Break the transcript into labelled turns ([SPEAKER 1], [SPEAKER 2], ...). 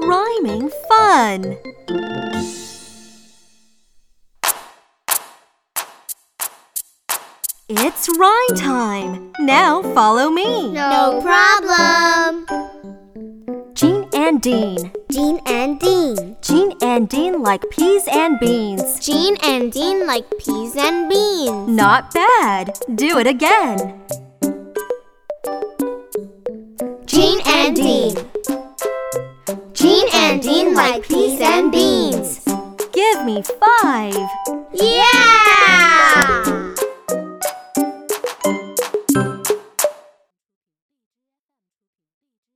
[SPEAKER 1] rhyming fun. It's rhyme time. Now follow me.
[SPEAKER 2] No problem.
[SPEAKER 1] Jean and Dean.
[SPEAKER 2] Jean and Dean.
[SPEAKER 1] Jean and Dean like peas and beans.
[SPEAKER 2] Jean and Dean like peas and beans.
[SPEAKER 1] Not bad. Do it again.
[SPEAKER 2] Jean and Dean. Jean and Dean like peas and beans.
[SPEAKER 1] Give me five.
[SPEAKER 2] Yeah!